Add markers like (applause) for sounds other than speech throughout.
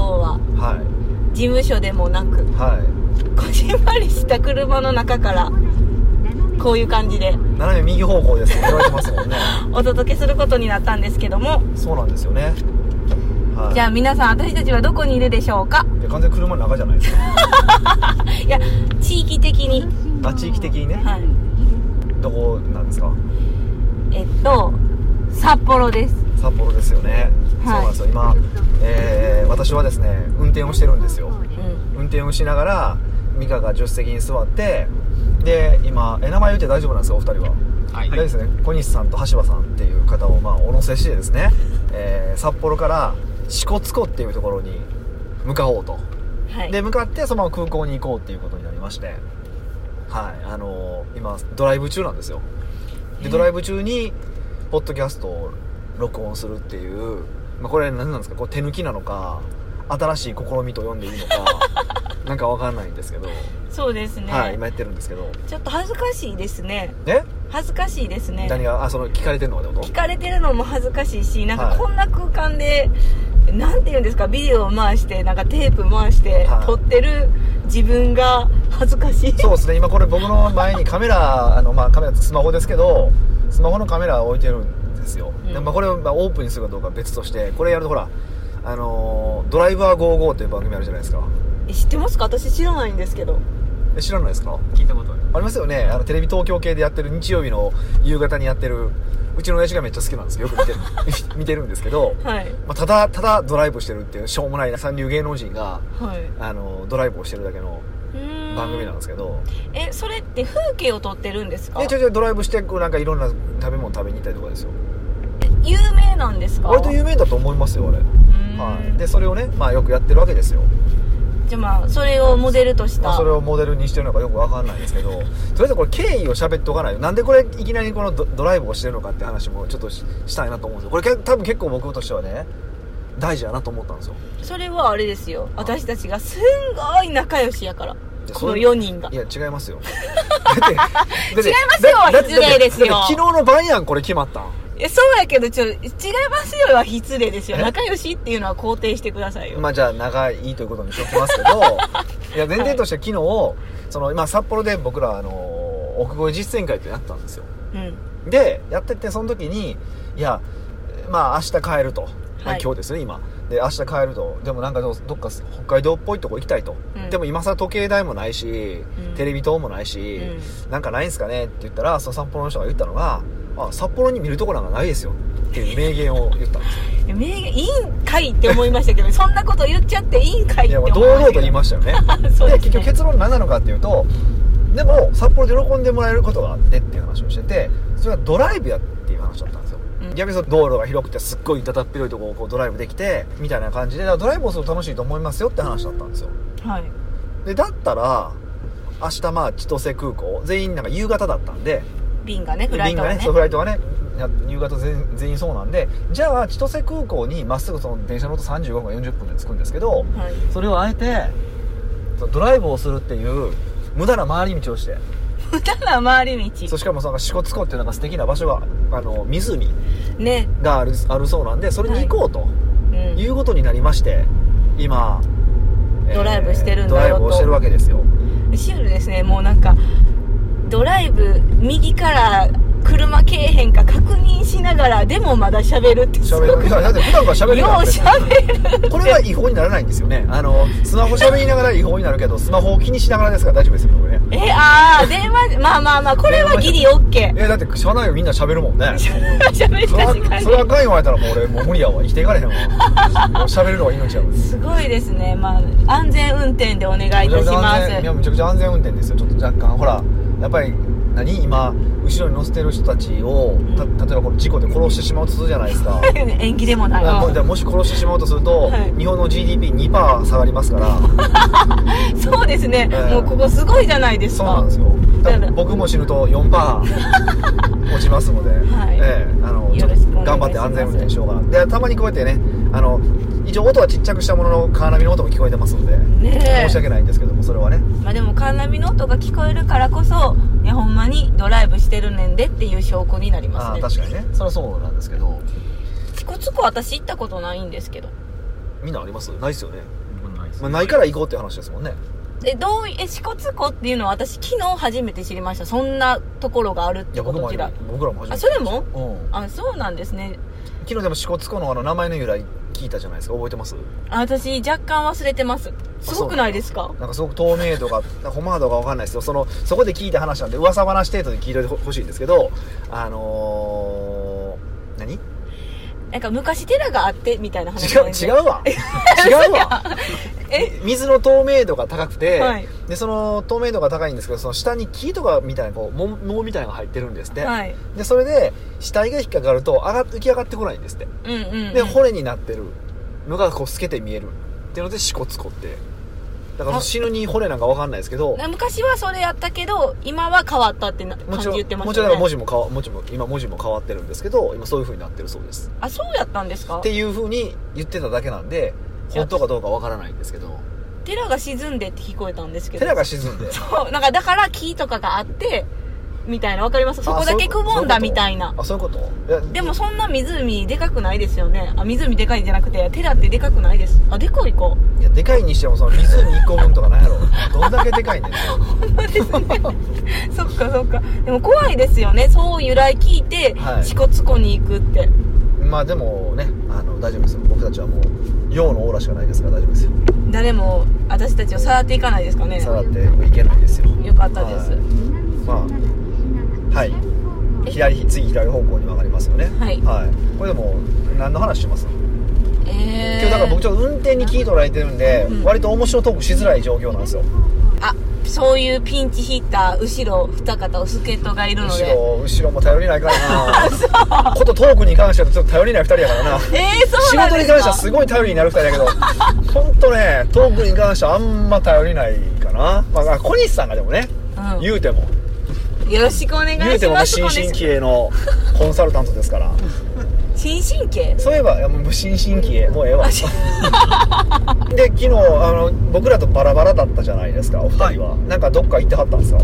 はい事務所でもなくはいこじんまりした車の中からこういう感じで斜め右方向ですって言われてます (laughs) もんねお届けすることになったんですけどもそうなんですよねはいじゃあ皆さん私たちはどこにいるでしょうかいや完全に車の中じゃないですかいや地域的にあ地域的にね、はいどこなんですかえっと札幌です札幌ですよね、はいそうなんですよ今、えー私はですね運転をしてるんですようん運転をしながら美香が助手席に座ってで今え名前言って大丈夫なんですかお二人ははい、大丈夫ですね小西さんと橋場さんっていう方をまあお乗せしてですね、えー札幌から支笏湖っていうところに向かおうとはいで向かってそのまま空港に行こうっていうことになりましてはいあのー今ドライブ中なんですよでドライブ中にポッドキャストを録音するっていう、まあ、これ何なんですかこう手抜きなのか新しい試みと呼んでいいの (laughs) かなんかわかんないんですけど、そうですね、はい今やってるんですけどちょっと恥ずかしいですねね恥ずかしいですね何があその聞かれてんのかってこと聞かれてるのも恥ずかしいしなんはかいこんな空間で、なんて言うんですかビデオを回してなんかテープ回して、はい撮ってる自分が恥ずかしいそうですね今これ僕の前にカメラあのまあカメラってスマホですけどスマホのカメラを置いてるんですよ、うんでまあ、これをまあオープンにするかどうかは別としてこれやるとほらあのードライバー55」という番組あるじゃないですかえ知ってますか私知らないんですけどえ知らないですか聞いたことあるありますよねあのテレビ東京系でやってる日曜日の夕方にやってるうちの親父がめっちゃ好きなんですよよく見てる (laughs) 見てるんですけど、はいまあ、ただただドライブしてるっていうしょうもない三流芸能人がはいあのドライブをしてるだけの番組なんですけどえそれって風景を撮ってるんですかえちょいちょいドライブしてこうなんかいろんな食べ物食べに行ったりとかですよ有名なんですか割と有名だと思いますよあれ、名はい、でそれをね、まあ、よくやってるわけですよ、じゃあまあそれをモデルとした、まあ、それをモデルにしてるのかよくわかんないんですけどとりあえずこれ経緯を喋っておかないよなんでこれいきなりこのドドライブをしてるのかって話もちょっとししたいなと思うんですよこれけ多分結構僕としてはね大事やなと思ったんですよそれはあれですよ私たちがすんごい仲良しやからやこそのれ4人がいや違います (laughs) よだってだって違いますよはだって失礼ですよだってだって昨日の晩やんこれ決まったんえそうやけどちょ違いますよは失礼ですよえ仲良しっていうのは肯定してくださいよ、まあじゃあ長いということにしときますけ (laughs) どいや前提として昨日その今札幌で僕らあの奥越え実践会ってやったんですようんでやっててその時にいやまあ明日帰ると、まあはい今日ですね今で明日帰るとでもなんかどどっか北海道っぽいとこ行きたいと、うんでも今さ時計台もないし、うんテレビ塔もないし、なんかないんすかねって言ったらその札幌の人が言ったのがあ札幌に見るとこなんかないですよっていう名言を言ったんですようん名言いいんかいって思いましたけどそんなこと言っちゃっていいんかいっいてやま思あいま堂した々と言いましたよねそうでですね結局結論何なのかっていうとでも札幌で喜んでもらえることがあってっていう話をしててそれはドライブやっていう話だったんですよ、うん逆にその道路が広くてすっごいだだっ広いとこをこうドライブできてみたいな感じでだからドライブをすると楽しいと思いますよって話だったんですよはいでだったら明日まあ千歳空港全員なんか夕方だったんで便がねフライ便トががねねそうフライトがねや夕方全全員そうなんでじゃあ千歳空港にまっすぐその電車乗ると35分か40分で着くんですけど、はいそれをあえてそのドライブをするっていう無駄な回り道をして無駄な回り道そしかもその支笏湖っていうなんか素敵な場所があの湖ねがあるあるそうなんでそれに行こうとうんいうことになりまして、今、えードライブしてるんだよとドライブをしてるわけですよシュールですねもうなんかドライブ右から車けえへんか確認しながらでもまだ喋るってすご喋くる普段だって普段から喋るよからう喋るこれは違法にならないんですよねあのスマホ喋りながら違法になるけどスマホを気にしながらですから大丈夫ですよこれねえああ電話まあまあまあこれはギリオッケーえだって車内をみんな喋るも (laughs) んね喋りそれ確かはにそれはあかん言われたらもう俺もう無理やわ生きていかれへ (laughs) んわもう喋るのが命やもんすごいですねまあ安全運転でお願いいたしまめちゃくちゃ安全いやすめちゃくちゃ安全運転ですよちょっと若干ほらやっぱり何今後ろに乗せてる人たちをた例えばこの事故で殺してしまうとするじゃないですか縁起でもないあもうでもし殺してしまうとすると、はい日本の GDP2% 下がりますから (laughs) そうですね、ええもうここすごいじゃないですそうかなんですよ多分僕も死ぬと4%落ちますので、 (laughs) はいええあのちよょっろしくお願いしますと頑張って安全運転しようかなでたまにこうやってねあの一応音はちっちゃくしたもののカーナビの音も聞こえてますので、ねえ申し訳ないんですけどもそれはねまあ、でもカーナビの音が聞こえるからこそいやほんまにドライブしてるねんでっていう証拠になりますあねあ確かにねそれはそうなんですけど支笏湖私行ったことないんですけどみんなありますないっすよね僕ないですまあ、ないから行こうっていう話ですもんねえどういえ支笏湖っていうのは私昨日初めて知りましたそんなところがあるっいてやこと僕もち初めらて僕らも初めてあそれもうんあそうなんですね昨日でも支笏湖のあの名前の由来聞いたじゃないですか覚えてますあ私若干忘れてますすごくないですかなんかすごく透明度が (laughs) ホマードが分かんないですよそのそこで聞いた話なんで噂話程度で聞いてほしいんですけどあのー、何違なんか昔寺があってみたいな話う違うわ違うわえ水の透明度が高くて、はいでその透明度が高いんですけどその下に木とかみたいなこうも藻みたいなのが入ってるんですって、はいでそれで死体が引っかかると上が浮き上がってこないんですってうんうんうん、で骨になってるのがこう透けて見えるっていうので支笏湖ってだからあ死ぬに骨なんか分かんないですけどな昔はそれやったけど今は変わったってなも感ちじろん、言ってまもしちたろんよだかねら文字も変わもちろん今文字も変わってるんですけど今そういう風になってるそうですあそうやったんですかっていう風に言ってただけなんで本当かどうかわからないんですけど寺が沈んでって聞こえたんですけど寺が沈んでそうなんかだから木とかがあってみたいなわかります (laughs) そこだけくぼんだみたいなあそういうこといやでもそんな湖でかくないですよねあ湖でかいんじゃなくて寺ってでかくないですあでかい (laughs) かいやでかいにしてもその湖1個分とかなんやろどんだけでかいねんだよ (laughs) そっかそっかでも怖いですよねそう由来聞いてはい支笏湖に行くってまあでもねあの大丈夫ですよ僕たちはもう陽のオーラしかないですから大丈夫ですよ誰も私たちをさらっていかないですかねさらってもいけないですよよかったですはいまあははいい左次左方向に曲がりますよねはいこれでも何の話しますえ今日だから僕ちょっと運転に聞いておられてるんで、うん割と面白トークしづらい状況なんですよあそういうピンチヒッター後ろ二方お助っ人がいるの後でろ後ろも頼りな (laughs) いからなことトークに関してはちょっと頼りない2人やからなえー、そう仕なん事でにすか関してはすごい頼りになる2人やけ (laughs) ど本当ねトークに関してはあんま頼りないかな、まあ、小西さんがでもね、うん言うてもよろしくお願いします言うてもねこ新の進気鋭のコンサルタントですから新進気そういえばいやもう新進気鋭もうええわあし (laughs) で昨日あの僕らとバラバラだったじゃないですかお二人は、なんかどっか行ってはったんですか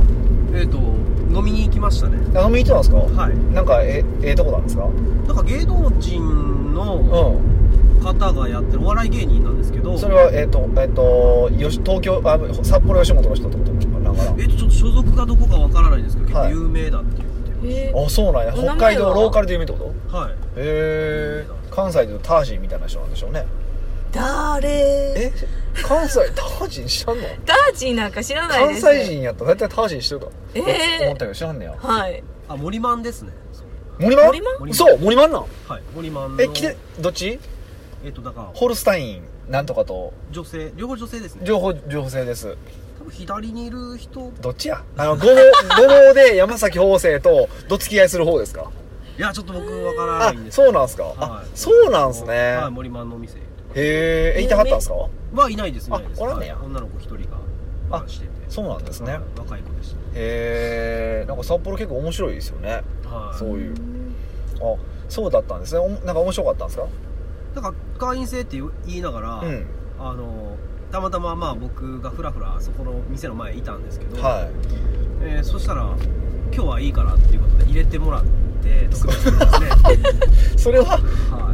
えっ、と飲みに行きましたね飲みに行ってたんですか、はいなんかえええとこなんですかうなんか芸能人のん方がやってるお笑い芸人なんですけどそれはえっ、とえっ、とよし東京あ札幌吉本の人ってことながえっ、とちょっと所属がどこかわからないんですけど結は構い有名だって言ってましえらあそうなんやお名北前海は道ローカルで有名ってことたはいへえ関西でいうとタージンみたいな人なんでしょうね誰え関西タージン知らんのダージーなんか知らない関です西人やったら大体タージンしてるとえー思ったけど知らんねやはいあ森マンですねそう森マン森マンそう森マンなんはい森マンのえ来てどっちえっ、とだからホルスタインなんとかと女性両方女性ですね情報情報制です多分左にいる人どっちやあのごぼうごぼうで山崎邦生とどつき合いする方ですかいやちょっと僕わからなあいんですそうなんすか、あはいそうなんすね、はい森マンのお店へえいたかったんすかはいないですいないですあおらんねやはい女の子一人あがはいしててそうなんですねはい若い子でしへえんか札幌結構面白いですよねたはいそういうあそうだったんですねおなんか面白かったんですかなんか会員制って言いながら、うんあのたまたままあ僕がふらふらそこの店の前にいたんですけど、はえーそしたら「今日はいいから」っていうことで入れてもらって特別にですね、 (laughs) いそれは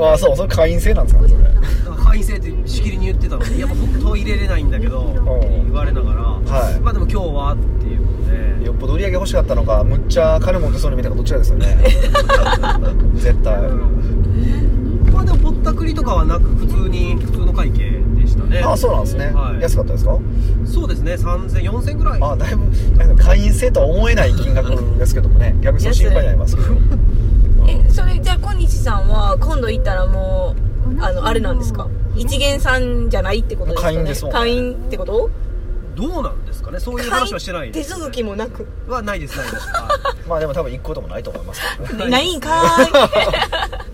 はあそうそれ会員制なんですかねそれい、だから会員制ってしきりに言ってたので「いや本当入れれないんだけど」って言われながら、はいまあでも今日はっていうことでよっぽど売り上げ欲しかったのかむっちゃ金持ってそうに見たかどっちら (laughs) ですよね絶対、うんまあでもぼったくりとかはなく普通に普通の会計でしたねあそうなんですね、はい安かったですかそうですね30004000ぐらいあだいぶだいぶ会員制とは思えない金額ですけどもね逆にそれ心配になりますけどえそれじゃあ小西さんは今度行ったらもうあのあれなんですか一元さんじゃないってことですか、ね、会員ですもんね会員ってことどうなんですかねそういう話はしてない会員手続きももなくはないですないですまあでも多分行くこともないと思いますけどねないないんかーい (laughs)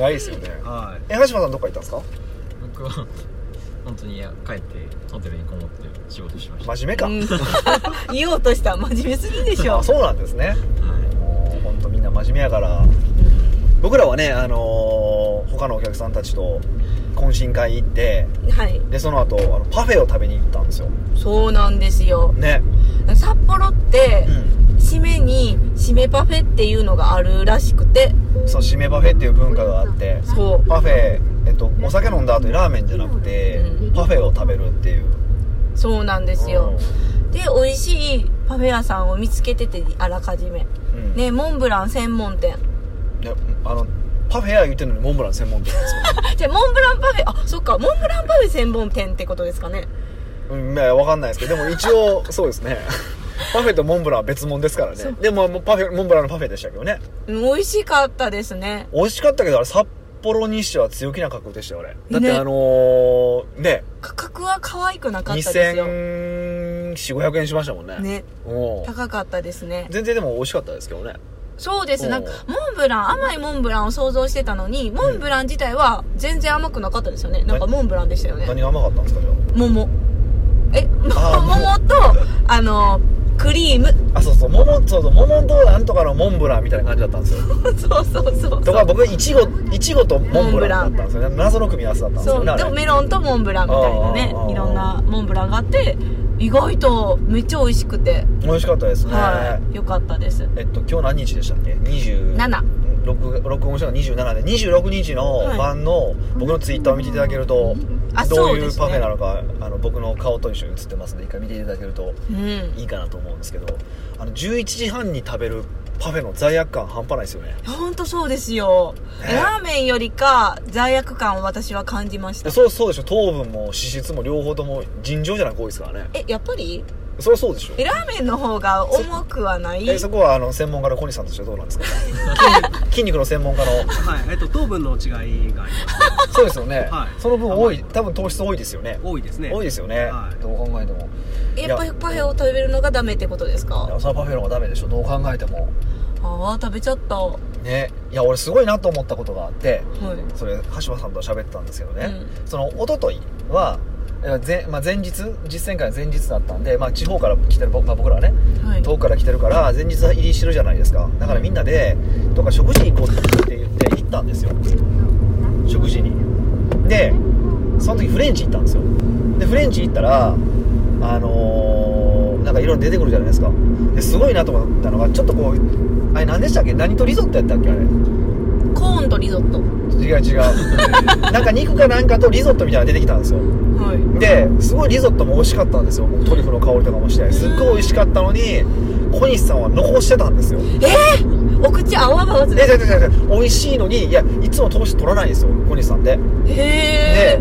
ないですよねはいはえい橋島さんどっか行ったんですか (laughs) 僕は本当にいや帰ってホテルにこもって仕事しました、真面目か、 (laughs) うん (laughs) 言おうとした真面目すぎでしょあそうなんですねはい、もう本当みんな真面目やから僕らはねあのー他のお客さんたちと懇親会行ってはいでその後あのパフェを食べに行ったんですよそうなんですよね札幌ってう締めに締めパフェっていうのがあるらしくてんそう締めパフェっていう文化があってそうパフェ、ええっと、お酒飲んだ後にラーメンじゃなくてうんパフェを食べるっていうそうなんですよ、で美味しいパフェ屋さんを見つけててあらかじめうんうんねモンブラン専門店 (laughs) いやあのパフェや言ってるのにモンブラン専門店なんですよじゃあモンブランパフェあそっかモンブランパフェ専門店ってことですかねうんまあわかんないですけどでも一応そうで (laughs) すねパフェとモンブランは別物ですからねでももうパフェモンブランのパフェでしたけどねうん美味しかったですね美味しかったけどあれ札幌にしては強気な格好でしたよあれだってねあのー、ね価格は可愛くなかったですよ2400500円しましたもんねねうん高かったですね全然でも美味しかったですけどねそうですうんなんかモンブラン甘いモンブランを想像してたのにモンブラン自体は全然甘くなかったですよねなんかモンブランでしたよね何が甘かったんですかじゃ桃えあ (laughs) ー桃とあのクリーム (laughs) ああそうそう桃そうそう桃となんとかのモンブランみたいな感じだった (laughs) んですよそうそうそうとそかう僕いちごいちごとモンブランだったんですよね謎の組み合わせだったんですそようねあれでもメロンとモンブランみたいなあーあーあーねいろんなモンブランがあって意外とめっちゃ美味しくて美味しかったですね、はい良かったですえっと今日何日でしたっけ7 26録音したのが27で26日の晩の僕のツイッターを見ていただけると、あどうそういでうすパフェねなのか、あの僕の顔と一緒に写ってますんで一回見ていただけるとうんいいかなと思うんですけどあの11時半に食べるパフェの罪悪感半端ないですよねほんとそうですよねラーメンよりか罪悪感を私は感じましたそうそうでしょ糖分も脂質も両方とも尋常じゃなく多いですからねえやっぱりそりゃそうでしょえラーメンの方が重くはないえそこはあの専門家の小西さんとしてはどうなん (laughs) ですか筋肉の専門家のはいえっと糖分の違いがありますそうですよね、はいその分多い多分糖質多いですよね多いですね多いですよね、はいどう考えてもえやっぱりパフェを食べるのがダメってことですいやかそれはパフェの方がダメでしょどう考えてもああ食べちゃったはねいや俺すごいなと思ったことがあっていそれ橋場さんと喋ってたんですけどね、うその一昨日はえー前,、まあ、前日実践会の前日だったんで、まあ、地方から来てる僕,、まあ、僕らはねはい遠くから来てるから前日入りしてるじゃないですかだからみんなでとか食事に行こうって言って行ったんですよ食事にでその時フレンチ行ったんですよでフレンチ行ったらあのーなんかいろいろ出てくるじゃないですかですごいなと思ったのがちょっとこうあれ何でしたっけ何とリゾットやったっけあれコーンとリゾット違う違うなんか肉かなんかとリゾットみたいなのが出てきたんですよはいですごいリゾットも美味しかったんですよトリュフの香りとかもしてすっごい美味しかったのに小西さんは残してたんですよお口泡がでずでれででで美味しいのにいやいつも糖質取らないんですよ小西さんってへで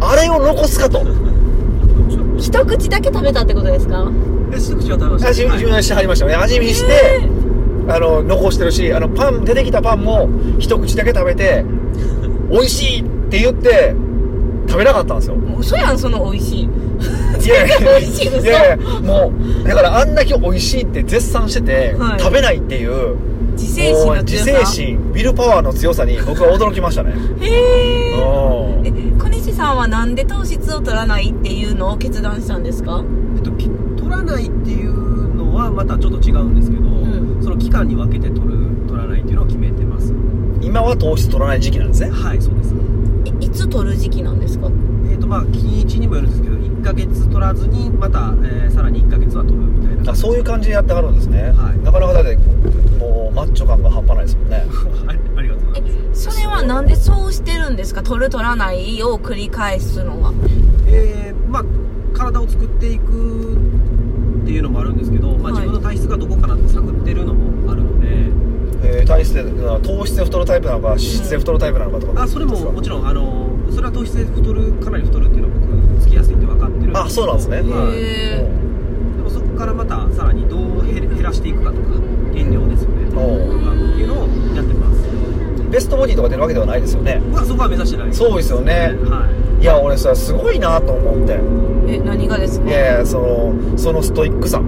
あれを残すかとえ一口だけ食べたってことですかえ一口は食べました味見はいしてはりましたね味見してあの残してるしあのパン出てきたパンも一口だけ食べて美味しいって言って食べなかったんですよ嘘やんその美味しいいやい美味しい嘘やいやもうだからあんだけ美味しいって絶賛してて、はい食べないっていう自制心もうの強自さ制心ビルパワーの強さに僕は驚きましたねへえうんえ小西さんはなんで糖質を取らないっていうのを決断したんですかえっとき取らないっていうのはまたちょっと違うんですけど、んその期間に分けて取る取らないっていうのを決めてます今は糖質取らない時期なんですねはいそうですいいつ取る時期なんですかえっ、とまあ日にちにもよるんですけど1ヶ月取らずにまた、えーさらに1ヶ月は取るみたいなあそういう感じでやってはるんですね、はいなかなかだってもうマッチョ感が半端ないですもんねありありがとうございますそれはなんでそうしてるんですか取る取らないを繰り返すのはえーまあ体を作っていくっていうのもあるんですけど、まあ、はい自分の体質がどこかなって探ってるのもあるので、えー体質で糖質で太るタイプなのか脂質で太るタイプなのかとかあそれももちちろんあのそれは糖質で太るかなり太るっていうのは僕つきやすいって分かってるんであそうなんですねはいへでもそこからまたさらにどう減減らしていくかとか減量ですよねとかおうっていうのをやってますベストボディとか出るわけではないですよねまあそこは目指してないそうですよねはいや俺さすごいなと思ってえ何がですかいやいやそのそのストイックさ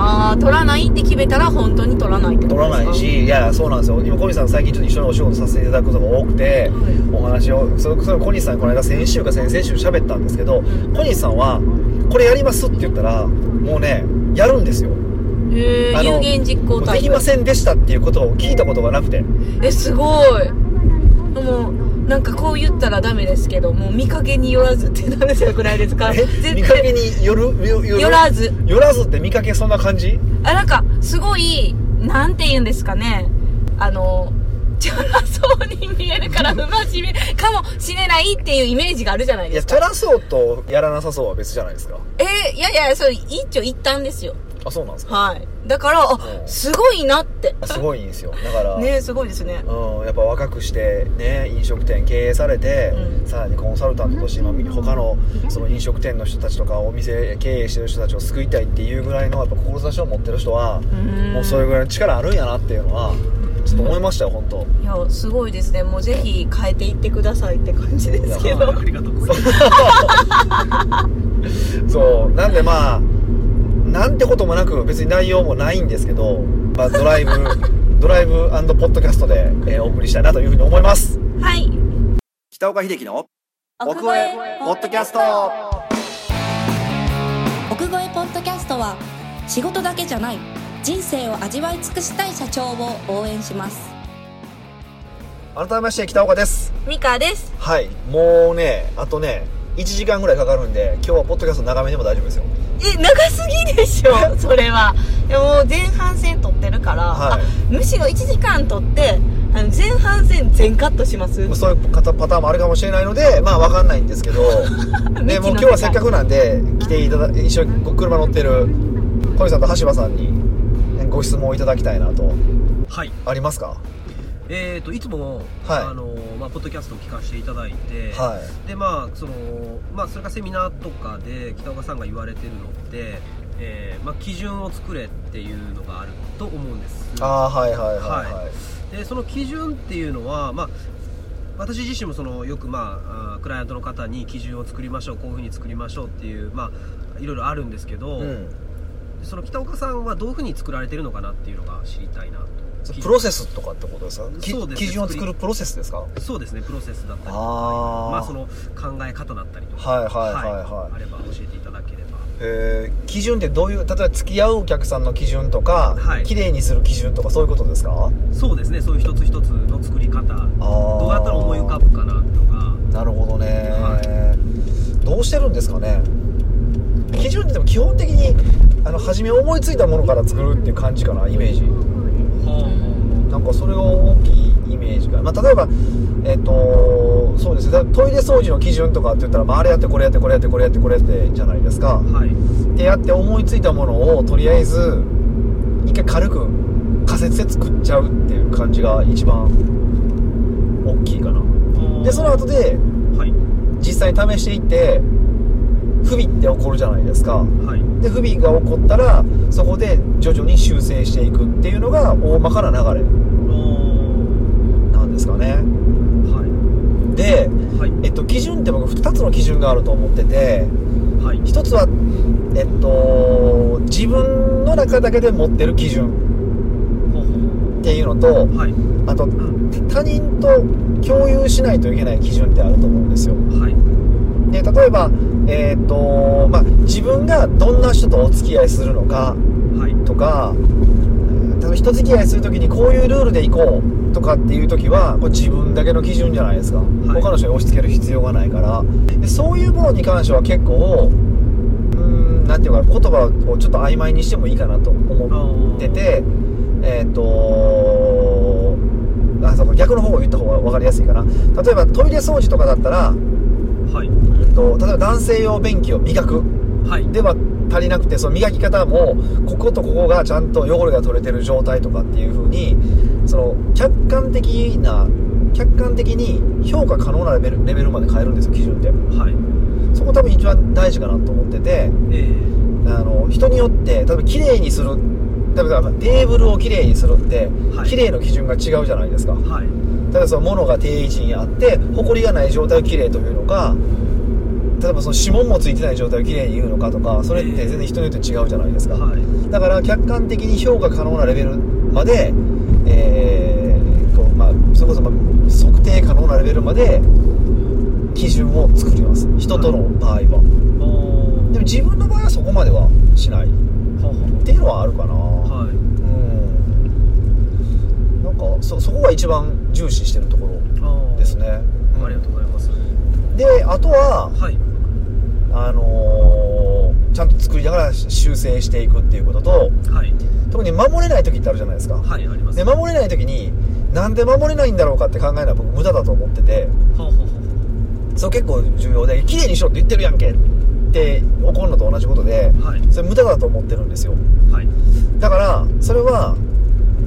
ああ取らないって決めたら本当に取らないってこ取とらですかないしいやそうなんですよ今小西さん最近ちょっと一緒にお仕事させていただくことが多くて、はお話をそれそれ小西さんこの間先週か先々週喋ったんですけどん小西さんは「これやります」って言ったらもうねやるんですよへえあの有言実も行うタでイきプませんでしたっていうことを聞いたことがなくてえすごいもうなんかこう言ったらダメですけどもう見かけによらずってなんですよくないですかえ絶対見かけによるよよよらずよらずって見かけそんな感じあなんかすごいなんて言うんですかねあのチャラそうに見えるから不真面目かもしれないっていうイメージがあるじゃないいでやすチャかラそうとやらなさそうは別じゃないですかえーいやいやそれ一長一短ですよあそうなんですかはいだからあうんすごいなってすごいんですよだから、ねすごいですねうん、やっぱ若くしてね飲食店経営されて、うんさらにコンサルタントとして今他のその飲食店の人たちとかお店経営してる人たちを救いたいっていうぐらいのやっぱ志を持ってる人は、んもうそれぐらいの力あるんやなっていうのはちょっと思いましたよ本当いやすごいですねもうぜひ変えていってくださいって感じですけいやどまありがとうございますそうなんでまあなんてこともなく別に内容もないんですけど、まあ、ドライ (laughs) ブドライブポッドキャストで、えーお送りしたいなというふうに思いますはい北岡秀樹の奥越えポッドキャスト奥越えポッドキャストは仕事だけじゃない人生を味わい尽くしたい社長を応援します改めまして北岡ですミカですはいもうねあとね1時間ぐらいかかるんで今日はポッドキャスト長めでも大丈夫ですよえ長すぎでし (laughs) ょそれはいやもう前半戦撮ってるから、はいあむしろ1時間撮ってあの前半戦全カットしますまあそういう方パターンもあるかもしれないのでまあ分かんないんです (laughs) けどねもう今日はせっかくなんで来ていただ一緒にこう車乗ってる小西さんと橋場さんにねご質問をいただきたいなとはいありますかえー、といつも、はいあのまあ、ポッドキャストを聞かせていただいて、はいでまあそのまあ、それからセミナーとかで北岡さんが言われてるのって、えーまあ、基準を作れっていうのがあると思うんですああーはいはいはいはい、はでその基準っていうのは、まあ、私自身もそのよく、まあ、あークライアントの方に基準を作りましょうこういうふうに作りましょうっていう、まあ、いろいろあるんですけど、うんその北岡さんはどういうふうに作られてるのかなっていうのが知りたいなとプロセスとかってことですかきそうです基準を作るプロセスですかそうですねプロセスだったりとかあーまあ、その考え方だったりとか、はいはいはいはいあれば教えていただければえー基準ってどういう例えば付き合うお客さんの基準とか、はい綺麗にする基準とかそういうことですかそうですねそういう一つ一つの作り方どうやったら思い浮かぶかなとかなるほどね、はどうしてるんですかね基準ってでも基本的にあの初め思いついたものから作るっていう感じかなイメージなんかそれが大きいイメージが、まあ、例えばえっ、とそうですねトイレ掃除の基準とかって言ったら、まあ、あれやってこれやってこれやってこれやってこれやってじゃないですかはいってやって思いついたものをとりあえず一回軽く仮説で作っちゃうっていう感じが一番大きいかなでその後ではい実際試していって不備って起こるじゃないですかはいで不備が起こったらそこで徐々に修正していくっていうのが大まかな流れなんですかねはで、いえっと、基準って僕2つの基準があると思っててはいはい1つはえっと自分の中だけで持ってる基準ほうほうっていうのとはいあと他人と共有しないといけない基準ってあると思うんですよはいで例えば、えーとまあ、自分がどんな人とお付き合いするのかはいとかえー例えば人付き合いする時にこういうルールで行こうとかっていう時はこれ自分だけの基準じゃないですか、他の人に押し付ける必要がないからでそういうものに関しては結構うーんなんていうか言葉をちょっと曖昧にしてもいいかなと思っててえっ、とあそうか逆の方を言った方が分かりやすいかな例えばトイレ掃除とかだったらはいうんと例えば男性用便器を磨くはいでは足りなくてその磨き方もこことここがちゃんと汚れが取れてる状態とかっていう風にその客観的な客観的に評価可能なレベルレベルまで変えるんですよ基準ってはいそこ多分一番大事かなと思っててえーあの人によって例えば綺麗にする例えばテーブルを綺麗にするってはい綺麗の基準が違うじゃないですか、はい例えばその物が定位置にあって埃がない状態をきれいというのか例えばその指紋もついてない状態をきれいに言うのかとかそれって全然人によって違うじゃないですか、はいだから客観的に評価可能なレベルまで、えーこうまあ、それこそ、まあ、測定可能なレベルまで基準を作ります人との場合はおーでも自分の場合はそこまではしないっほうほうていうのはあるかな、はいうんなんかそそこが一番重視してるところあーですねうんありがとうございますであとははいあのーちゃんと作りながら修正していくっていうこととはい特に守れない時ってあるじゃないですかはいありますで守れない時になんで守れないんだろうかって考えるのは僕無駄だと思っててほうほうほうそれ結構重要で綺麗にしろって言ってるやんけって怒るのと同じことではいそれ無駄だと思ってるんですよはいだからそれは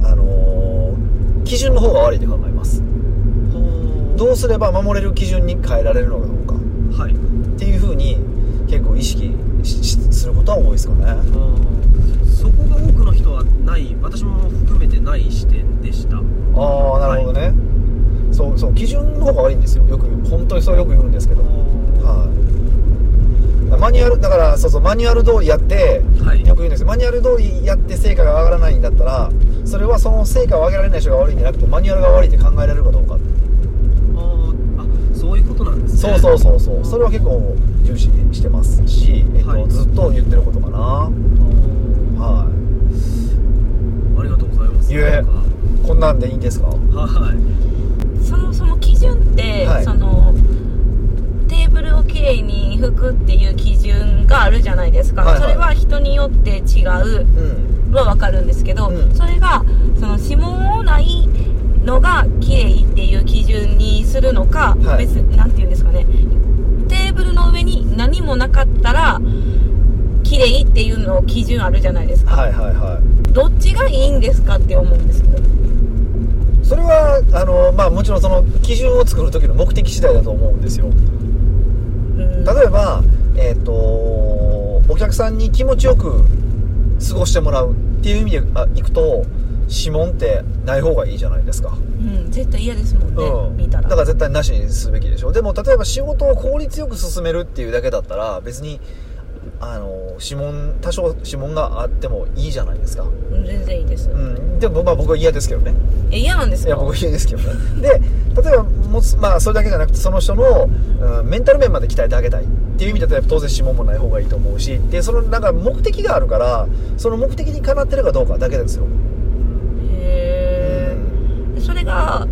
あのー基準の方が悪いと考えますほうどうすれば守れる基準に変えられるのかどうかはいっていう風に結構意識ししすることは多いですかねそこが多くの人はない私も含めてない視点でしたああなるほどね、そうそう基準の方が悪いんですよよく言う本当にそれよく言うんですけど、はいマニュアルだからそうそうマニュアル通りやってはいよく言うんですよマニュアル通りやって成果が上がらないんだったらそれはその成果を上げられない人が悪いんじゃなくてマニュアルが悪いって考えられるかどうかあーあそういうことなんですそねうそうそうそうそれは結構重視してますし、えっとはいずっと言ってることかなはありがとうございますいえなんかいこんなんでいいんですかはいそもそも基準って、はいそのテーブルをきれいに拭くっていう基準があるじゃないですか、はいはいそれは人によって違ううんは分かるんですけど、うんそれがその指紋をないのが綺麗っていう基準にするのか、はい別になんて言うんですかねテーブルの上に何もなかったら綺麗っていうの基準あるじゃないですか、はいはいはいどっちがいいんですかって思うんですけどそれはあのまあもちろんその基準を作る時の目的次第だと思うんですようん例えばえっ、とお客さんに気持ちよく過ごしてもらうっていう意味であいくと指紋ってない方がいいじゃないですかうん、絶対嫌ですもんね、うん、見たらだから絶対なしにすべきでしょでも例えば仕事を効率よく進めるっていうだけだったら別にあの指紋多少指紋があってもいいじゃないですか、うん全然いいです、うん、でもまあ僕は嫌ですけどねえ嫌なんですいかや僕は嫌ですけどねで例えばもうまあ、それだけじゃなくてその人の、うんメンタル面まで鍛えてあげたいっていう意味だとやっぱ当然指紋もない方がいいと思うしでそのなんか目的があるからその目的にかなってるかどうかだけですよ、へえそれが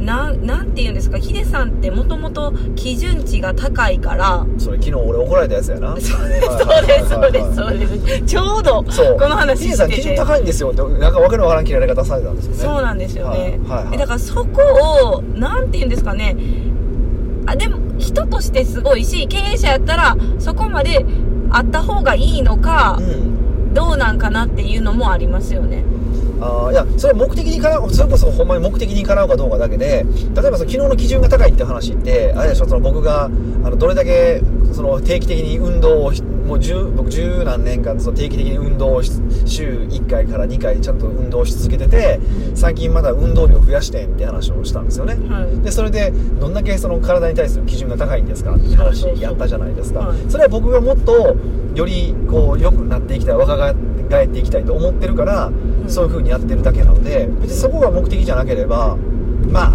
なんなんて言うんですかヒデさんってもともと基準値が高いからそれ昨日俺怒られたやつやなそうですはそういですそうではいはいはすそいうですちょうどこそうの話 T しさんて基準て高いんですよってなんかわけのわからん切られ方されたんですよねそうなんですよね、はいはいはいえだからそこをなんて言うんですかねあでも人としてすごいし経営者やったらそこまであった方がいいのか、うんどうなんかなっていうのもありますよねあーいやそれは目的にかなうそれこそほんまに目的にかなうかどうかだけで例えばその昨日の基準が高いって話ってあれでしょその僕があのどれだけその定期的に運動をひもう十僕十何年間その定期的に運動をし週1回から2回ちゃんと運動し続けてて最近まだ運動量増やしてんって話をしたんですよね、はいでそれでどんだけその体に対する基準が高いんですかって話そうそうそうやったじゃないですかはいそれは僕がもっとよりこう良くなっていきたい若返っていきたいと思ってるから、んそういう風にやってるだけなので別にそこが目的じゃなければまあ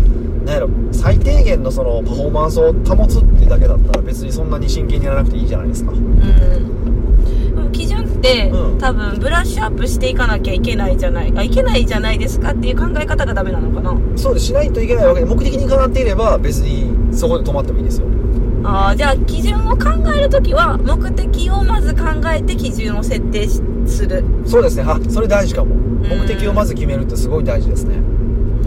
なんやろ最低限のそのパフォーマンスを保つってだけだったら別にそんなに真剣にやらなくていいじゃないですかうんでも基準って、うん多分ブラッシュアップしていかなきゃいけないじゃないあいけないじゃないですかっていう考え方がダメなのかなそうですしないといけないわけで目的にかなっていれば別にそこで止まってもいいですよあーじゃあ基準を考えるときは目的をまず考えて基準を設定しするそうですねあそれ大事かも目的をまず決めるってすごい大事ですね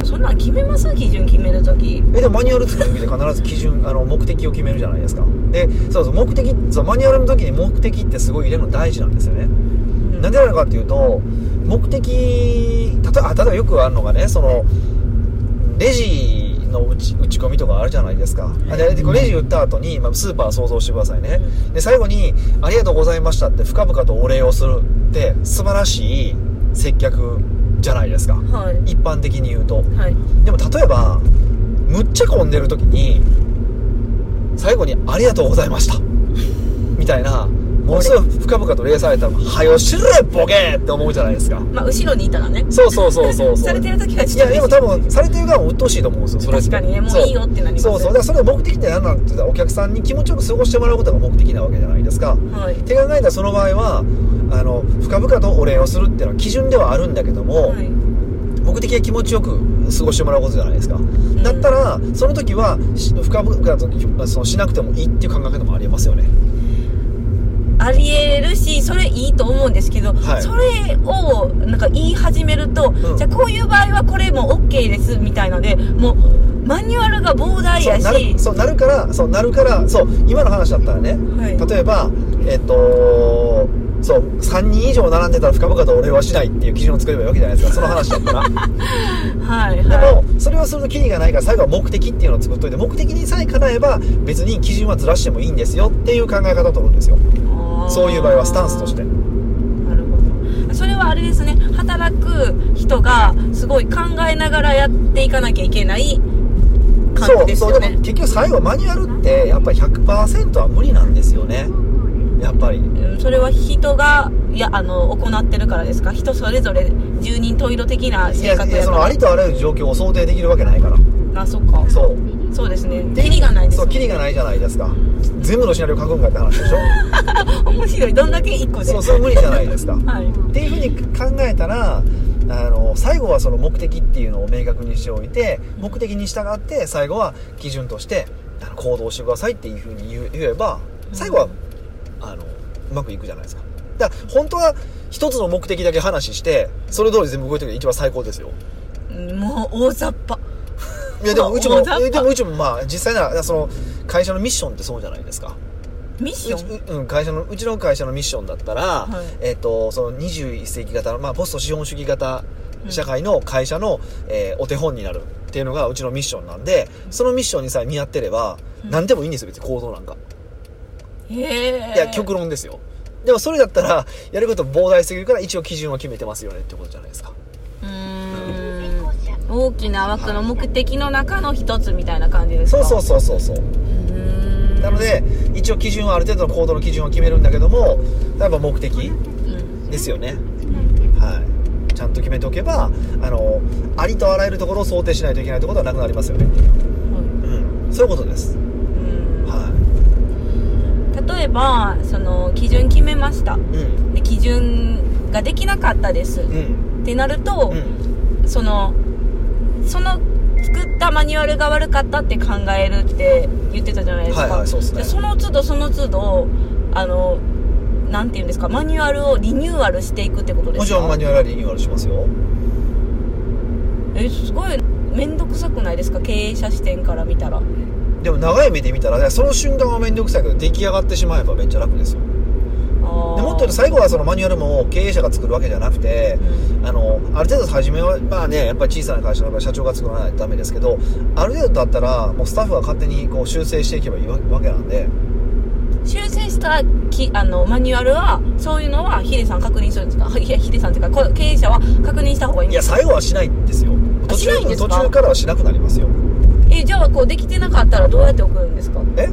そんなん決めます基準決めるときえでもマニュアル作る時で必ず基準あの目的を決めるじゃないですかでそうそう目的そうマニュアルの時に目的ってすごい入れるの大事なんですよねなんでなのかっていうと目的例えばあ例えばよくあるのがねそのレジの打ち打ち込みとかあるじゃないですか、あででこうレジ打った後に、まあ、スーパー想像してくださいねで最後に「ありがとうございました」って深々とお礼をするって素晴らしい接客じゃないですかはい一般的に言うとはいでも例えばむっちゃ混んでる時に最後に「ありがとうございました」みたいなものすごい深々と礼されたら「はよしろよボケー!」って思うじゃないですかまあ後ろにいたらねそうそうそうそうそうされてる時はちいょやっとでも多分されてる側も鬱陶しいと思うんですよそれって確かにねもうそいいよってなりますそうそうだからそれ目的って何なんて言ったらお客さんに気持ちよく過ごしてもらうことが目的なわけじゃないですかはいって考えたらその場合はあの深々とお礼をするっていうのは基準ではあるんだけども、はい目的は気持ちよく過ごしてもらうことじゃないですか、だったらその時はし深々とそのしなくてもいいっていう考え方もありますよねありえるしそれいいと思うんですけど、はいそれをなんか言い始めると、んじゃあこういう場合はこれも OK ですみたいのでもうマニュアルが膨大そうやしなるそうなるからそうなるからそう今の話だったらねはい例えばえっとそう3人以上並んでたら深々と俺はしないっていう基準を作ればいいわけじゃないですかその話だ (laughs) ったらはいではいもそれはするとキリがないから最後は目的っていうのを作っといて目的にさえ叶えば別に基準はずらしてもいいんですよっていう考え方を取るんですよあーそういう場合はスタンスとしてなるほどそれはあれですね働く人がすごい考えながらやっていかなきゃいけない感じですそうよそうでもね結局最後マニュアルってやっぱり100%は無理なんですよねやっぱりうんそれは人がいやあの行ってるからですか人それぞれ十人十色的ない性や格いややそかのあらりとあらゆる状況を想定できるわけないからあそっかそそううですねでキリがないですそうキねリがないじゃないですか全部のシナリオ書くんかって話 (laughs) でしょ面白いどんだけ一個でそうそれ無理じゃないですかっはいていうふうに考えたらあの最後はその目的っていうのを明確にしておいて目的に従って最後は基準としてあの行動してくださいっていうふうに言う言えば最後はあのうまくいくじゃないですかだから本当は一つの目的だけ話してそれ通り全部動いてるのが一番最高ですようんもう大雑把いやでもそううちも大雑把でもうちもまあ実際ならその会社のミッションってそうじゃないですかミッシうョンちうん、会社のうちの会社のミッションだったら、はいえっとその21世紀型の、まあ、ポスト資本主義型社会の会社の、えーお手本になるっていうのがうちのミッションなんでそのミッションにさえ見合ってれば、うん何でもいいんですよ別に行動なんか、へえいや極論ですよでもそれだったらやること膨大すぎるから一応基準は決めてますよねってことじゃないですかうーん大きな枠の目的の中の一つみたいな感じですそかうそうそうそうそううーんなので一応基準はある程度の行動の基準は決めるんだけども例えば目的うんですよねはい、ちゃんと決めておけばあのありとあらゆるところを想定しないといけないってことはなくなりますよねっていう、うん、そういうことです、うんは例えばその基準決めましたい、うんで基準ができなかったですうっんてなるとう、んそのその作ったマニュアルが悪かったって考えるって言ってたじゃないですか、はいはいそうっすねでその都度その都度あのなんていうんですかマニュアルをリニューアルしていくってことですかもちろんマニュアルはリニューアルしますよえすごい面倒くさくないですか経営者視点から見たらでも長い目で見たら、ね、その瞬間は面倒くさいけど出来上がってしまえばめっちゃ楽ですよでももっと言うと最後はそのマニュアルも経営者が作るわけじゃなくてあのある程度初めはまあねやっぱり小さな会社の場合社長が作らないとダメですけどある程度だったらもうスタッフが勝手にこう修正していけばいいわけなんで修正したきあのマニュアルはそういうのはヒデさん確認するんですかいやヒデさんっていうかこ経営者は確認した方がいいんいでやすか最後はしないんですよ途しないんで中すか途中からはしなくなりますよえじゃあこうできてなかったらどうやって送るんですかえ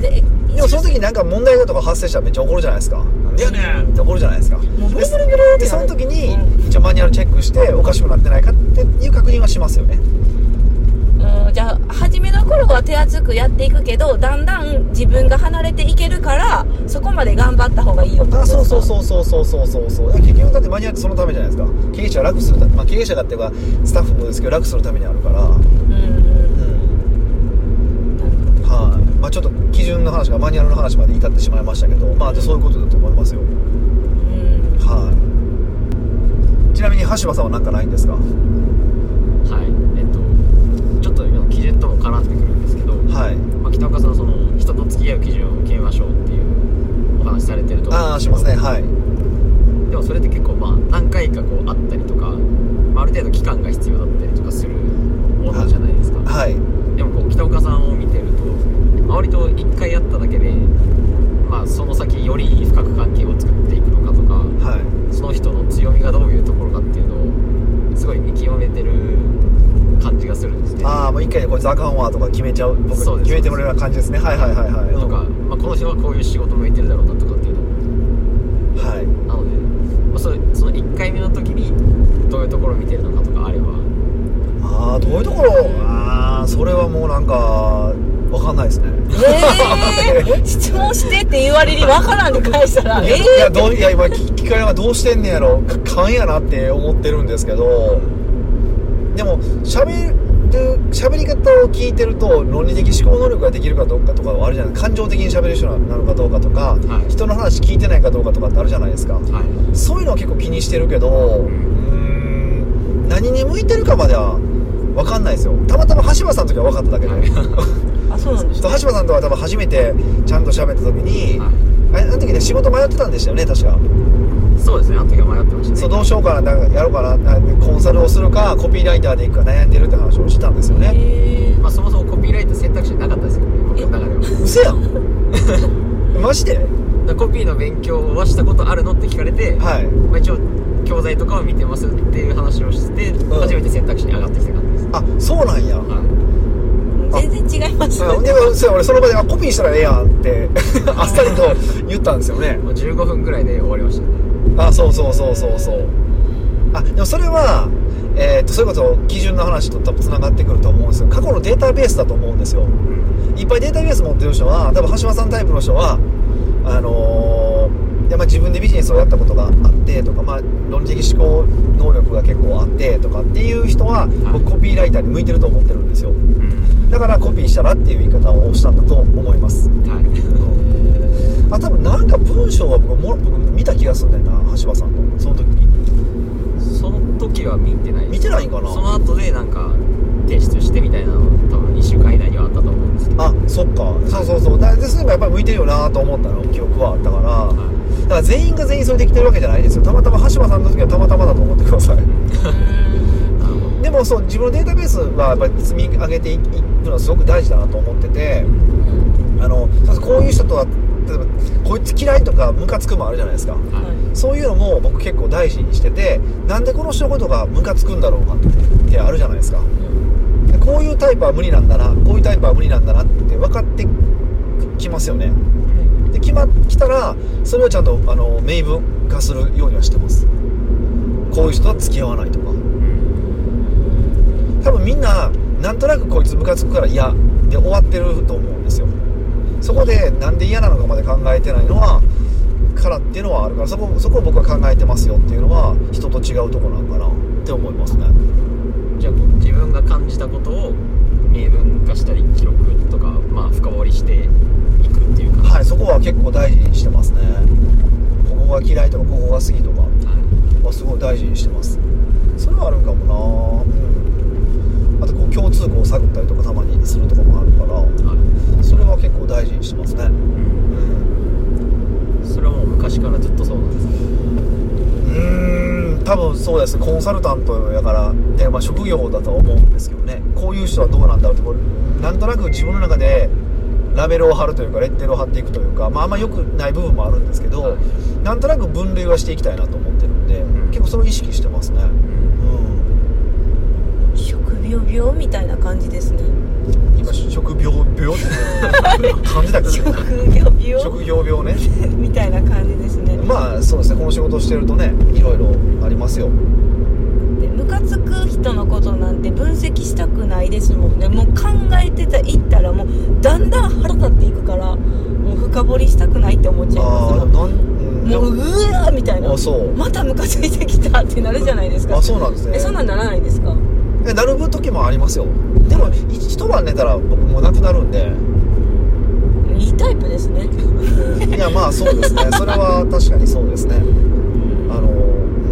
ででもその時になんか問題だとか発生したらめっちゃ怒るじゃないですかなんでやねんって怒るじゃないですかもうブルブルブルってでそなのる時にう一応マニュアルチェックしておかしくなってないかっていう確認はしますよねうん、じゃあ初めの頃は手厚くやっていくけどだんだん自分が離れていけるからそこまで頑張った方がいいよってことあですかそうそうそうそうそうそうそうそう結局だってマニュアルってそのためじゃないですか経営者は楽するため、まあ、経営者がっていうかスタッフもですけど楽するためにあるからううんうんはい、まあちょっと基準の話がマニュアルの話まで至ってしまいましたけどまあでそういうことだと思いますようんはいちなみに橋場さんは何かないんですかはいえっとちょっと今の基準とも絡んでくるんですけど、はいまあ、北岡さんはその人と付き合う基準を決めましょうっていうお話されてると思うんあであすしけどますねはいでもそれって結構まあ何回かこうあったりとか、まあ、ある程度期間が必要だったりとかするものじゃないですか、はいでもこう北岡さんを見てると割と1回やっただけで、まあ、その先より深く関係を作っていくのかとかはその人の強みがどういうところかっていうのをすごい見極めてる感じがするんですいねああもう一回でこいつあかんわとか決めちゃう僕そうです決めてもらえるような感じですねはいはいはいはいとか、まあ、この人はこういう仕事向いてるだろうなとかっていうのもはいなので、まあ、それその1回目の時にどういうところを見てるのかとかあればああどういうところああそれはもうなんかわかんないですねえ (laughs) ー、質問してって言われにわからんで返したら、えいやどういや今聞聞かれながらどうしてんねやろか勘やなって思ってるんですけどでも喋るる喋り方を聞いてると論理的思考能力ができるかどうかとかはあるじゃない感情的に喋る人なのかどうかとか、はい人の話聞いてないかどうかとかってあるじゃないですかはいそういうのは結構気にしてるけどうーん何に向いてるかまでは分かんないですよたまたま橋場さんの時は分かっただけで、はいあそうなんです橋か場さんとは多分初めてちゃんと喋った時に、はあれあの時ね仕事迷ってたんでしたよね確かいそうですねあの時は迷ってましたねそうどうしようかななんかやろうかなあコンサルをするかコピーライターでいくか悩んでるって話をしたんですよねへまあ、そもそもコピーライター選択肢なかったですよね僕の中ではだか嘘やん (laughs) マジでらコピーの勉強はしたことあるのって聞かれて、はいまあ、一応教材とかを見てますっていう話をして、ん初めて選択肢に上がってきた感じです、あそうなんや、はいえ全然違いますうん、でもそうや俺その場であコピーしたらええやんって (laughs) あっさりと言ったんですよねもう15分ぐらいで終わりましたねあそうそうそうそうそうあでもそれはえーっとそれこそ基準の話と多分つながってくると思うんですよ過去のデータベースだと思うんですよいっぱいデータベース持ってる人は多分橋場さんタイプの人はあのーいやまあ自分でビジネスをやったことがあってとか、まあ、論理的思考能力が結構あってとかっていう人は僕コピーライターに向いてると思ってるんですよだからコピーしたらっていう言い方をしたんだと思いますはいあ多分なんか文章は僕も僕見た気がするんだよな橋場さんのその時にその時は見てないです見てないんかなその後でなんか提出してみたいなの多分2週間以内にはあったと思うんですけどあそっかそうそうそうだでそういえばやっぱり向いてるよなと思ったの記憶はあったから、だから全員が全員それできてるわけじゃないですよたまたま橋場さんの時はたまたまだと思ってくださいなるほどでもそう自分のデータベースはやっぱり積み上げていくのはすごく大事だなと思っててあのそうこういう人とは例えばこいつ嫌いとかムカつくもあるじゃないですかはいそういうのも僕結構大事にしててなんでこの人のことがムカつくんだろうかってあるじゃないですかでこういうタイプは無理なんだなこういうタイプは無理なんだなって分かってきますよねで決まってきたらそれをちゃんとあの明文化するようにはしてますこういう人は付き合わないとか多分みんななんとなくこいつムカつくから嫌で終わってると思うんですよそこでなんで嫌なのかまで考えてないのはからっていうのはあるからそこそこを僕は考えてますよっていうのは人と違うところなんかなって思いますねじゃあこう自分が感じたことを明文化したり記録とか、まあ、深掘りしていくっていうか、はいそこは結構大事にしてますねここが嫌いとかここが好きとかははすごい大事にしてますそれはあるんかもなうんあとこう共通項を探ったりとかたまにするとかもあるかいはらいそれは結構大事にしてますねうんそれはもう昔からずっとそうなんですねうーん多分そうですコンサルタントやからで、まあ、職業だとは思うんですけどねこういう人はどうなんだろうってこれなんとなく自分の中でラベルを貼るというかレッテルを貼っていくというか、まあ、あんま良くない部分もあるんですけど、はいなんとなく分類はしていきたいなと思ってるんで、ん結構それを意識してますね、うん、職業病みたいな感じですね今職病病って感じだっけ職業病職業病ねみたいな感じですねまあそうですねこの仕事をしてるとねいろいろありますよでムカつく人のことなんて分析したくないですもんねもう考えてたいったらもうだんだん腹立っていくからもう深掘りしたくないって思っちゃいますあもんあなんうんもううわーみたいなあそうまたムカついてきたってなるじゃないですかあそうなんですねえそんなんならないんですかえなる時もありますよでも一晩寝たら僕もうなくなるんでいいタイプですねいやまあそうですねそれは確かにそうです (laughs) ねあの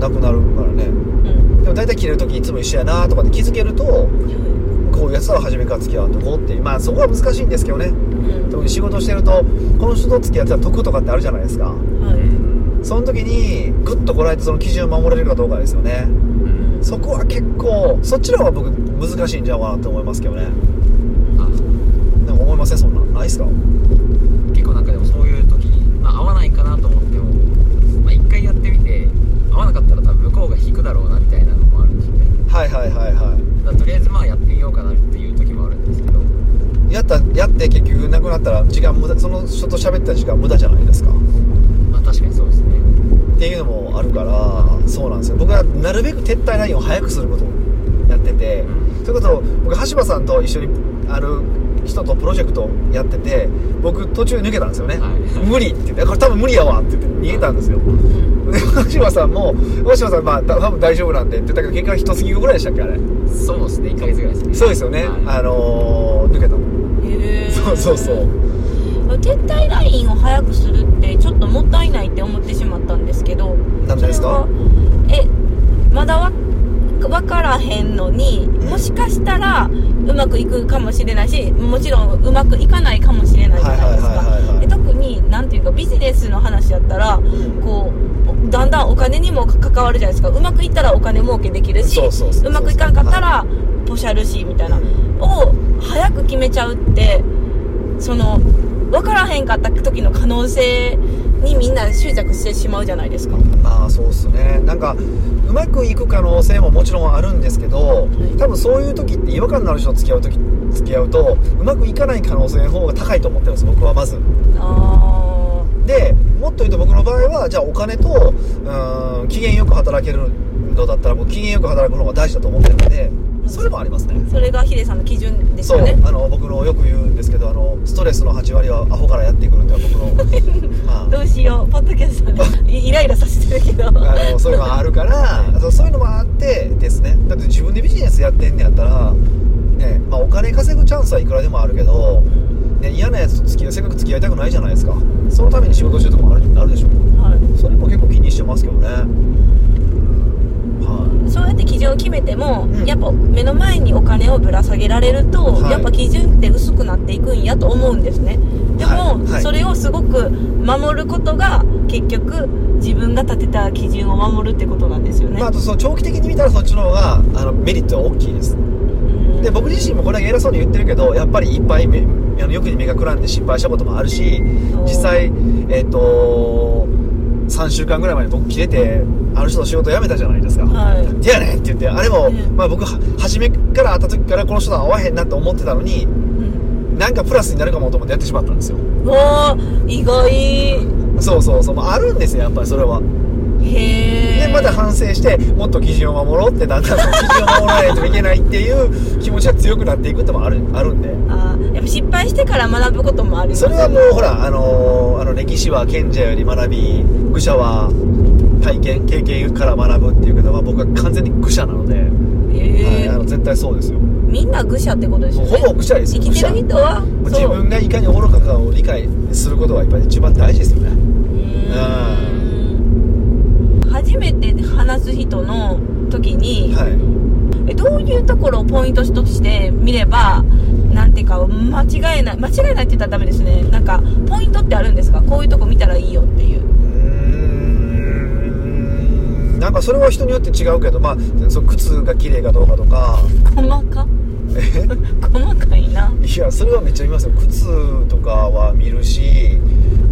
なくなるからねうんでも大体切れる時いつも一緒やなとかで気づけるとこういうやつは初めから付き合うとこうっていうまあそこは難しいんですけどねうん特に仕事してるとこの人と付き合ってたら得とかってあるじゃないですかはいその時にグッとこらえてその基準を守れるかどうかですよねうんそこは結構そっちの方が僕難しいんじゃないかなと思いますけどねあでも思いませんそんなんないっすか結構なんかでもそういう時に、まあ、合わないかなと思ってもまあ、一回やってみて合わなかったら多分向こうが引くだろうなみたいなのもあるんですよねはいはいはいはいだからとりあえずまあやってみようかなっていう時もあるんですけどやったやって結局なくなったら時間無駄その人と喋った時間無駄じゃないですかまあ確かにそうですねっていうのもあるからそうなんですよ僕はなるべく撤退ラインを早くすることをやっててそれこそ僕橋場さんと一緒にある人とプロジェクトやってて僕途中抜けたんですよね、はい無理って言ってこれ多分無理やわって言って逃げたんですよ (laughs) で若島さんも若島さんまあ多分大丈夫なんでって言ったけど結果一月後ぐらいでしたっけあれ (laughs) そうですね1ヶ月ぐらいですねそうですよね、はいあのー、抜けたのへーそうそうそう撤退ラインを早くするってちょっともったいないって思ってしまったんですけどなんでですかそれはえまだわ分からへんのにんもしかしたらうまくいくかもしれないしもちろんうまくいかないかもしれないじゃないですはいはいはいはいはかいで特になんていうかビジネスの話やったらんこうだんだんお金にも関わるじゃないですかうまくいったらお金儲けできるしそうそうそうそうまくいかんかったらポシャるしみたいなを早く決めちゃうってその分からへんかった時の可能性にみんな執着してしまうじゃないですかまあそうっすねなんかうまくいく可能性ももちろんあるんですけど多分そういう時って違和感のある人と付き合う時付き合うとうまくいかない可能性の方が高いと思ってるんです僕はまずあでもっと言うと僕の場合はじゃあお金とうーん機嫌よく働けるのだったら僕機嫌よく働くのが大事だと思ってるのでそれもありますねーそれがヒデさんの基準ですそうよねあの僕のよく言うんですけどあのストレスの8割はアホからやってくるんで僕の (laughs) まあどうしようポッドキャストで (laughs) イイライラさせてるけどあのそういうのがあるからあとそういうのもあってですねだって自分でビジネスやってんねやったら、ねまあ、お金稼ぐチャンスはいくらでもあるけど、ね、嫌なやつと付き合いせっかく付き合いたくないじゃないですかそのために仕事してるとこもあるあるでしょはいそれも結構気にしてますけどねはそうやって基準を決めても、うんやっぱ目の前にお金をぶら下げられると、はいやっぱ基準って薄くなっていくんやと思うんですねでも、はいはいそれをすごく守ることが結局自分が立てた基準を守るってことなんですよい、ね、まあ、あとその長期的に見たらそっちの方があのメリットは大きいですうんで僕自身もこれだけ偉そうに言ってるけどやっぱりいっぱい目あの欲に目がくらんで失敗したこともあるし実際えっ、と3週間ぐらい前に僕切れてある人の仕事辞めたじゃないですか、はいい、やねんって言ってあれも、うんまあ、僕は初めから会った時からこの人とは会わへんなと思ってたのにうんなんかプラスになるかもと思ってやってしまったんですようわー意外へそうそうそう、まあ、あるんですよやっぱりそれはえでまた反省してもっと基準を守ろうってだんだんその基準を守らないといけないっていう気持ちが強くなっていくってもあるあるんであーやっぱ失敗してから学ぶこともありますそれはもうほらあのーあの歴史は賢者より学び愚者は体験経験から学ぶっていうけど、まあ、僕は完全に愚者なので、へはい、えあの絶対そうですよもみんな愚者ってことですうよねほぼ愚者です生よきてる愚者人はもそう自う分がいかに愚かかを理解することがやっぱり一番大事ですよねうーん初めて話す人の時に、はいえどういうところをポイントとして見ればなんていうか間違えない間違えないって言ったらダメですねなんかポイントってあるんですかこういうとこ見たらいいよっていううーんなんかそれは人によって違うけどまあそう靴が綺麗かどうかとか細かえ (laughs) 細かいないやそれはめっちゃ見ますよ靴とかは見るし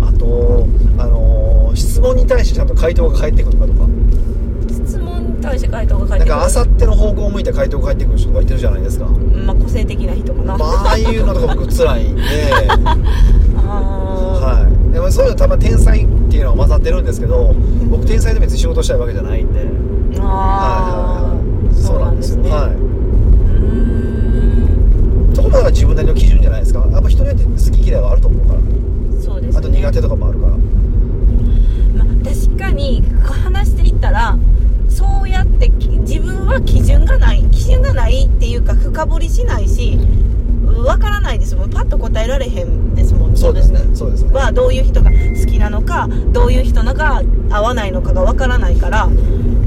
あとあのー質問に対してちゃんと回答が返ってくるかとか質問に対して回答が返なってんくるかあさっての方向を向いた回答が返ってくる人とかいてるじゃないですかまあ個性的な人かな、まあああいうのとか僕辛いんであはいでもそういうのたまに天才っていうのは混ざってるんですけど僕天才で別に仕事したいわけじゃないんではいーあはいはいーそうなんですよね、はういーんそこだから自分なりの基準じゃないですかやっぱ人によって好き嫌いはあると思うからそうですねあと苦手とかもあるからまあ、確かに話していったらそうやってき自分は基準がない基準がないっていうか深掘りしないしわからないですもんパッと答えられへんですもんねそうですねそうですねはどういう人が好きなのかどういう人のが合わないのかがわからないから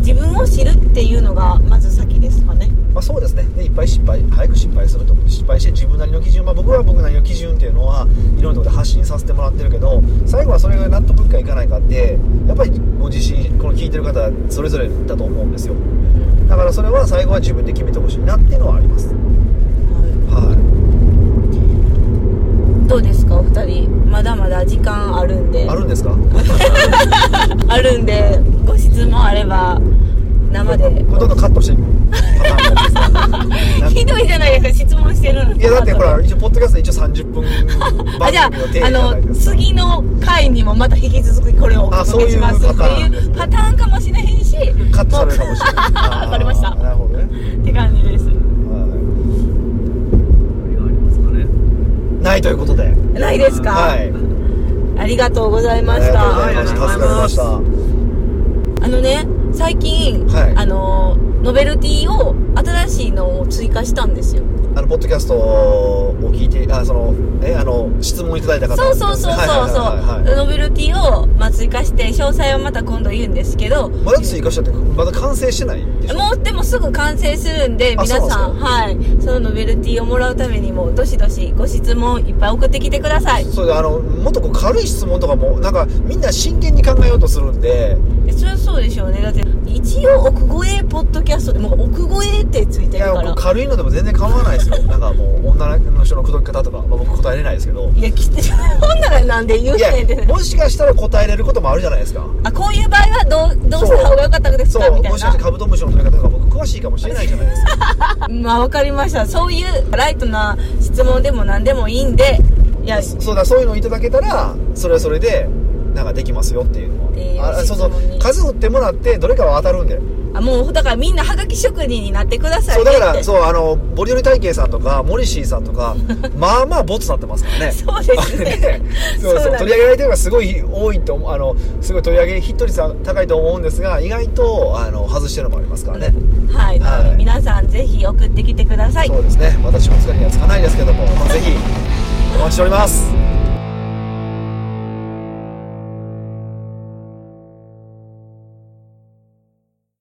自分を知るっていうのがまず先ですかねまあ、そうですねでいっぱい失敗早く失敗すると失敗して自分なりの基準、まあ、僕は僕なりの基準っていうのはいろんなところで発信させてもらってるけど最後はそれが納得いくかいかないかってやっぱりご自身この聞いてる方それぞれだと思うんですよだからそれは最後は自分で決めてほしいなっていうのはありますははいどうですかお二人まだまだ時間あるんでいあるんですか (laughs) あるんでご質問あれば生でこれどんどんカットして (laughs) パターンのやつですかなんひどいじゃないですか質問してるのにいやだってほら一応ポッドキャスト一応30分 (laughs) あ番じゃあ組の定義あじゃないでのすか次の回にもまた引き続きこれをおあそう届いけしうますってパターンいうパターンかもしれへんしカットされるかもしれない (laughs) わかりましたあーなるほどねって感じですはい (laughs) 何がありますかねないということでないですか、はいありがとうございまありしがとうごたざいましあたり助がかとうりございままししたあのね最近、はいあのノベルティを新しいのを追加したんですよあのポッドキャストを聞いてあそのえあの質問いただいた方そうそうそうそうそう、はいはいはいはいノベルティを、まあ、追加して詳細はまた今度言うんですけどまだ追加したってまだ完成してないんでしょもうでもすぐ完成するんであ皆さんそうはいそのノベルティをもらうためにもどしどしご質問いっぱい送ってきてくださいそれであのもっとこう軽い質問とかもなんかみんな真剣に考えようとするんでえそれはそうでしょうねだって一応億越えポッドキャストでもう億越えってついいてるやかこらう軽いのでも全然構わないですよなんかもう女の人の口説き方とか、まあ、僕答えれないです (laughs) けどいやきつほんならなんで言ういねんってやもしかしたら答えれることもあるじゃないですかあこういう場合はどうどうした方が良かったですそかみうたいもしかなしてカブトムシの取り方とか僕詳しいかもしれないじゃないですかまあわかりましたそういうライトな質問でも何でもいいんでいやそうだそういうのいただけたらそれはそれでなんかできますよっていうのは、っていうあそうそ質う問に数振ってもらってどれかは当たるんであもうだからみんなハガキ職人になってくださいそうねだってからそうあのボリオリ体型さんとかモリシーさん (laughs) とかまあまあボツなってますから (laughs) ねそうですねそうそうそうなんです取り上げられてるのがすごい多いと思うあのすごい取り上げヒット率は高いと思うんですが意外とあの外してるのもありますからね、はい、なのはでい皆さんぜひ送ってきてくださいそうですね私も疲れにはつかないですけども、まあ、ぜひお待ちしております